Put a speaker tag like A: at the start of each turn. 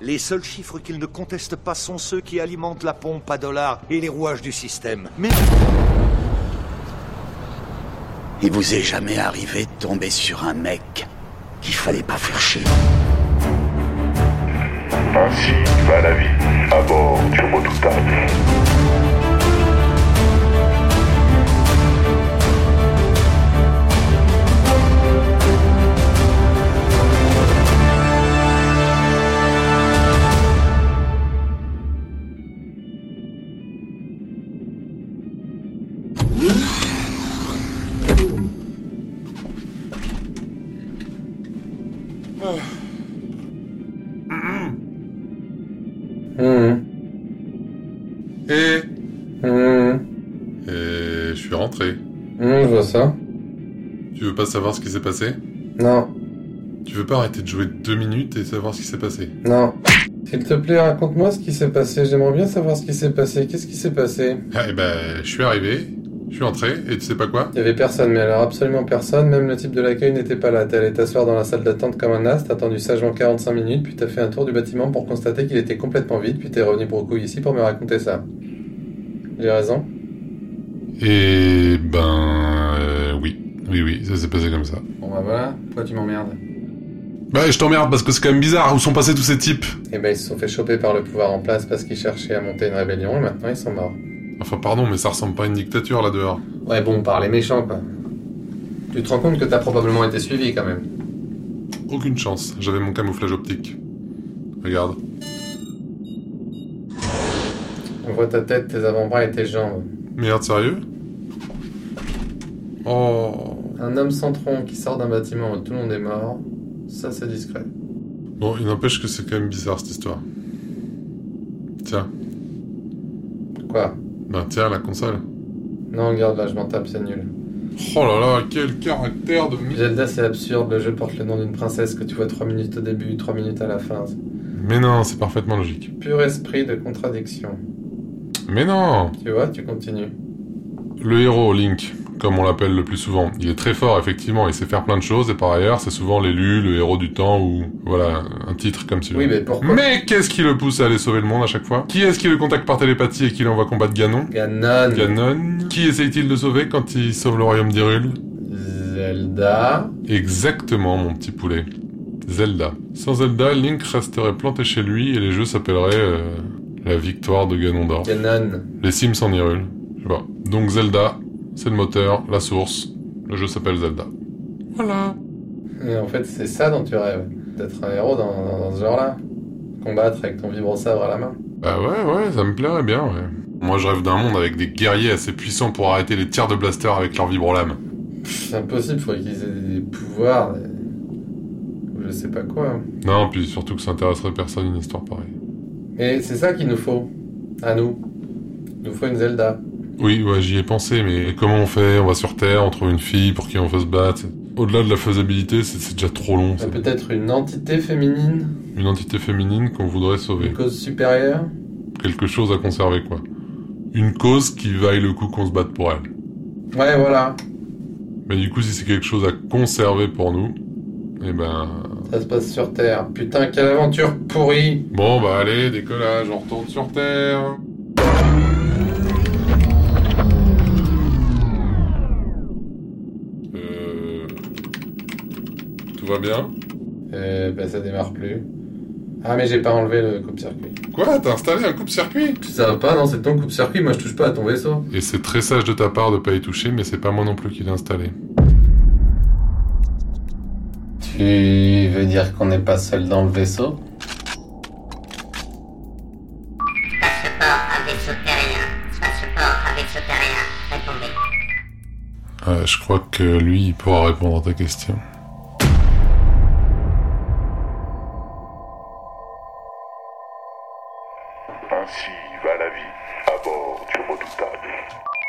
A: Les seuls chiffres qu'ils ne contestent pas sont ceux qui alimentent la pompe à dollars et les rouages du système. Mais
B: Il vous est jamais arrivé de tomber sur un mec qu'il fallait pas faire chier.
C: Ainsi va la vie à bord du redoutable.
D: Et
E: Hum,
D: Et je suis rentré.
E: hum, je vois ça.
D: Tu veux pas savoir ce qui s'est passé
E: Non,
D: Tu veux pas arrêter de jouer deux minutes et savoir ce qui s'est passé
E: non. S'il te plaît, raconte-moi ce qui s'est passé. J'aimerais bien savoir ce qui s'est passé. Qu'est-ce qui s'est passé
D: Ah, Eh ben, je suis arrivé, je suis entré, et tu sais pas quoi
E: Il y avait personne, mais alors absolument personne. Même le type de l'accueil n'était pas là. T'es allé t'asseoir dans la salle d'attente comme un as, t'as attendu sagement 45 minutes, puis t'as fait un tour du bâtiment pour constater qu'il était complètement vide, puis t'es revenu brocouille ici pour me raconter ça. J'ai raison
D: Et ben... euh, oui, oui, oui, ça s'est passé comme ça.
E: Bon bah voilà, pourquoi tu m'emmerdes
D: Bah, je t'emmerde parce que c'est quand même bizarre, où sont passés tous ces types
E: Eh ben ils se sont fait choper par le pouvoir en place parce qu'ils cherchaient à monter une rébellion et maintenant ils sont morts.
D: Enfin, pardon, mais ça ressemble pas à une dictature, là, dehors.
E: Ouais bon, par les méchants quoi. Tu te rends compte que t'as probablement été suivi quand même.
D: Aucune chance, j'avais mon camouflage optique. Regarde.
E: On voit ta tête, tes avant-bras et tes jambes.
D: Merde, sérieux Oh...
E: Un homme sans tronc qui sort d'un bâtiment où tout le monde est mort, ça c'est discret.
D: Bon, il n'empêche que c'est quand même bizarre, cette histoire. Tiens,
E: Quoi
D: ben tiens, la console.
E: Non, regarde là, je m'en tape, c'est nul.
D: Oh là là, quel caractère de... mi-
E: Zelda, c'est absurde, le jeu porte le nom d'une princesse que tu vois 3 minutes au début, 3 minutes à la fin.
D: Mais non, c'est parfaitement logique.
E: Pur esprit de contradiction.
D: Mais non
E: Tu vois, tu continues.
D: Le héros, Link, comme on l'appelle le plus souvent, il est très fort effectivement, il sait faire plein de choses, et par ailleurs, c'est souvent l'élu, le héros du temps, ou voilà, un titre comme celui-là.
E: Oui, mais pourquoi
D: Mais qu'est-ce qui le pousse à aller sauver le monde à chaque fois Qui est-ce qui le contacte par télépathie et qui l'envoie combattre Ganon
E: Ganon,
D: Ganon Qui essaye-t-il de sauver quand il sauve le royaume d'Hyrule
E: Zelda.
D: Exactement, mon petit poulet. Zelda. Sans Zelda, Link resterait planté chez lui, et les jeux s'appelleraient... euh, la victoire de Ganondorf.
E: Ganon.
D: Les Sims en Hyrule. Je sais pas. Donc Zelda, c'est le moteur, la source. Le jeu s'appelle Zelda. Voilà.
E: Et en fait, c'est ça dont tu rêves. D'être un héros dans, dans- dans ce genre-là. Combattre avec ton vibrosabre à la main.
D: Bah ouais, ouais, ça me plairait bien, ouais. Moi, je rêve d'un monde avec des guerriers assez puissants pour arrêter les tirs de blaster avec leur vibrolame.
E: C'est impossible, faut qu'ils aient des pouvoirs. des- ou Je sais pas quoi.
D: Non, puis surtout que ça intéresserait personne une histoire pareille.
E: Mais c'est ça qu'il nous faut. À nous. Il nous faut une Zelda.
D: Oui, ouais, j'y ai pensé, mais comment on fait On va sur Terre, on trouve une fille pour qui on veut se battre. Au-delà de la faisabilité, c'est c'est déjà trop long.
E: Ah,
D: ça.
E: Peut-être une entité féminine,
D: Une entité féminine qu'on voudrait sauver.
E: une cause supérieure.
D: Quelque chose à conserver, quoi. Une cause qui vaille le coup qu'on se batte pour elle.
E: Ouais, voilà.
D: Mais du coup, si c'est quelque chose à conserver pour nous, eh ben...
E: Ça se passe sur Terre. Putain, quelle aventure pourrie.
D: Bon, bah allez, décollage, on retourne sur Terre Euh... Tout va bien
E: Euh, bah, ça démarre plus. Ah, mais j'ai pas enlevé le coupe-circuit.
D: Quoi T'as installé un coupe-circuit
E: Ça va pas, non, c'est ton coupe-circuit. Moi, je touche pas à ton vaisseau.
D: Et c'est très sage de ta part de pas y toucher, mais c'est pas moi non plus qui l'ai installé.
E: Tu veux dire qu'on n'est pas seul dans le vaisseau
F: Passeport avec souterrain. Passeport avec souterrain. Répondez.
D: Ouais, Euh, je crois que lui, il pourra répondre à ta question.
C: Ainsi va la vie à bord du redoutable.